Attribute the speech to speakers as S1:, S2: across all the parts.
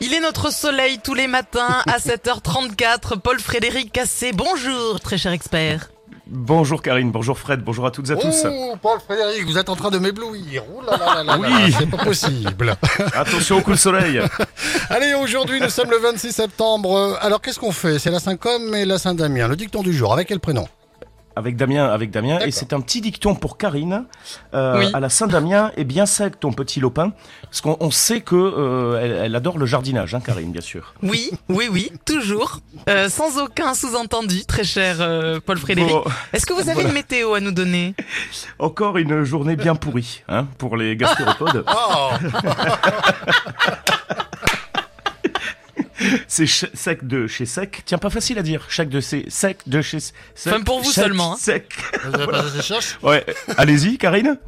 S1: Il est notre soleil tous les matins à 7h34. Paul-Frédéric Cassé, bonjour très cher expert.
S2: Bonjour Karine, bonjour Fred, bonjour à toutes et à tous.
S3: Oh, Paul Frédéric, vous êtes en train de m'éblouir. Ouh là là là là là,
S2: Oui.
S3: c'est pas possible.
S2: Attention au coup de soleil.
S3: Allez, aujourd'hui, nous sommes le 26 septembre. Euh, Alors, qu'est-ce qu'on fait C'est la Saint-Côme et la Saint-Damien. Le dicton du jour, avec quel prénom
S2: Avec Damien, avec Damien.
S3: D'accord.
S2: Et c'est un petit dicton pour Karine. Euh,
S1: Oui.
S2: À la Saint-Damien, et bien sec ton petit lopin. Parce qu'on on sait que euh, elle, elle adore le jardinage, hein, Karine, bien sûr.
S1: Oui, oui, oui, toujours. Euh, sans aucun sous-entendu, très cher euh, Paul-Frédéric.
S2: Bon,
S1: Est-ce que vous avez une météo à nous donner
S2: encore une journée bien pourrie hein, pour les gastéropodes.
S3: Oh
S2: c'est ch- sec de chez sec. Tiens, pas facile à dire. Chaque de ces sec de chez sec.
S1: Enfin, pour vous
S2: Chaque
S1: seulement, hein.
S2: Sec.
S3: Vous avez pas assez cherche
S2: Ouais, allez-y, Karine.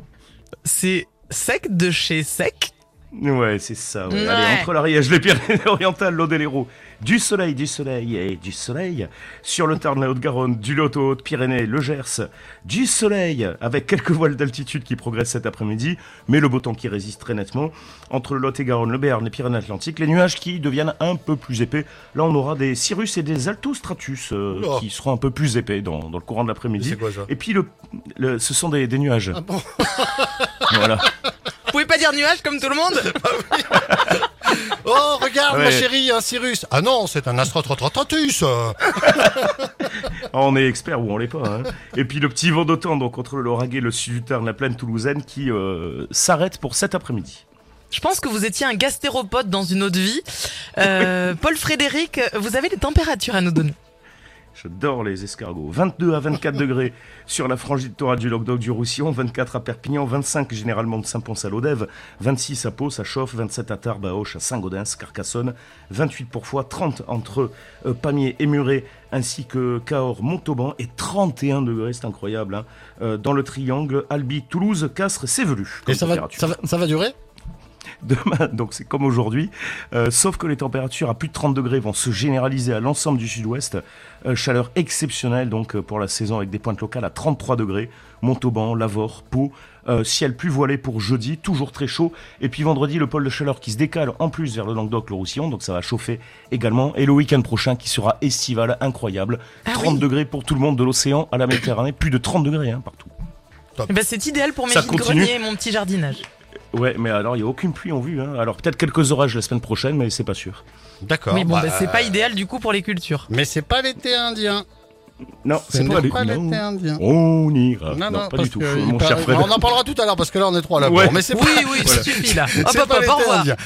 S1: C'est sec de chez sec
S2: Ouais, c'est ça. ouais.
S1: Ouais.
S2: Allez, entre l'Ariège, les Pyrénées-Orientales, l'Aude et l'Hérault. Du soleil, du soleil et du soleil. Sur le Tarn, la Haute-Garonne, du Lot aux Hautes-Pyrénées, le Gers. Du soleil, avec quelques voiles d'altitude qui progressent cet après-midi, mais le beau temps qui résiste très nettement. Entre le Lot et Garonne, le Béarn, les Pyrénées-Atlantiques, les nuages qui deviennent un peu plus épais. Là, on aura des cirrus et des altostratus euh,
S3: Oula.
S2: qui seront un peu plus épais dans, dans le courant de l'après-midi.
S3: C'est quoi ça
S2: Et puis, le, le- ce sont des, des nuages.
S3: Ah bon
S2: Voilà.
S1: Vous pouvez pas dire nuage comme tout le monde
S3: Oh, regarde, ma
S2: Ouais.
S3: chérie, un Cyrus. Ah non, c'est un astrotrotrotratus. euh.
S2: Ah, on est expert ou on l'est pas. hein. Et puis le petit vent d'automne, donc contre le Lauragais, le sud du Tarn, la plaine toulousaine, qui euh, s'arrête pour cet après-midi.
S1: Je pense que vous étiez un gastéropode dans une autre vie. Euh, Paul-Frédéric, vous avez les températures à nous donner.
S2: J'adore les escargots. 22 à 24 degrés sur la frangitora du Languedoc du Roussillon, 24 à Perpignan, 25 généralement de Saint-Pons à l'Odève, 26 à Pau, ça chauffe, 27 à Tarbes, à Auch, à Saint-Gaudens, Carcassonne, 28 pour Foix, 30 entre euh, Pamiers et Muret, ainsi que Cahors, Montauban, et 31 degrés, c'est incroyable, hein, euh, dans le triangle Albi, Toulouse, Castres, Sévelu.
S3: Et
S2: comme
S3: ça va,
S2: température.
S3: ça, va, ça va durer
S2: Demain, donc c'est comme aujourd'hui, euh, sauf que les températures à plus de 30 degrés vont se généraliser à l'ensemble du sud-ouest. Euh, chaleur exceptionnelle donc euh, pour la saison avec des pointes locales à 33 degrés. Montauban, Lavore, Pau, euh, ciel plus voilé pour jeudi, toujours très chaud. Et puis vendredi, le pôle de chaleur qui se décale en plus vers le Languedoc, le Roussillon, donc ça va chauffer également. Et le week-end prochain qui sera estival, incroyable.
S1: Ah
S2: 30
S1: oui.
S2: degrés pour tout le monde de l'océan à la Méditerranée, plus de 30 degrés hein, partout.
S1: Eh ben, c'est idéal pour mes
S2: Ça
S1: vides
S2: continue.
S1: greniers et mon petit jardinage.
S2: Ouais, mais alors il n'y a aucune pluie en vue. hein. Alors peut-être quelques orages la semaine prochaine, mais c'est pas sûr.
S3: D'accord.
S1: oui, bon, bah,
S3: bah,
S1: c'est pas idéal du coup pour les cultures.
S3: Mais c'est pas l'été indien.
S2: Non,
S3: Ce
S2: c'est pas,
S3: n'est
S2: du-
S3: pas
S2: non.
S3: l'été indien.
S2: On ira.
S3: Non, non,
S2: pas
S3: parce
S2: du tout,
S3: que il
S2: mon
S3: paraît-
S2: cher Fred.
S3: On en parlera tout à l'heure parce que là, on est trois là.
S2: Ouais.
S3: Mais c'est
S1: Oui,
S3: pas,
S1: oui, ça suffit là. Hop,
S3: c'est
S1: hop,
S3: pas
S1: hop, au
S3: l'été
S1: revoir.
S3: indien.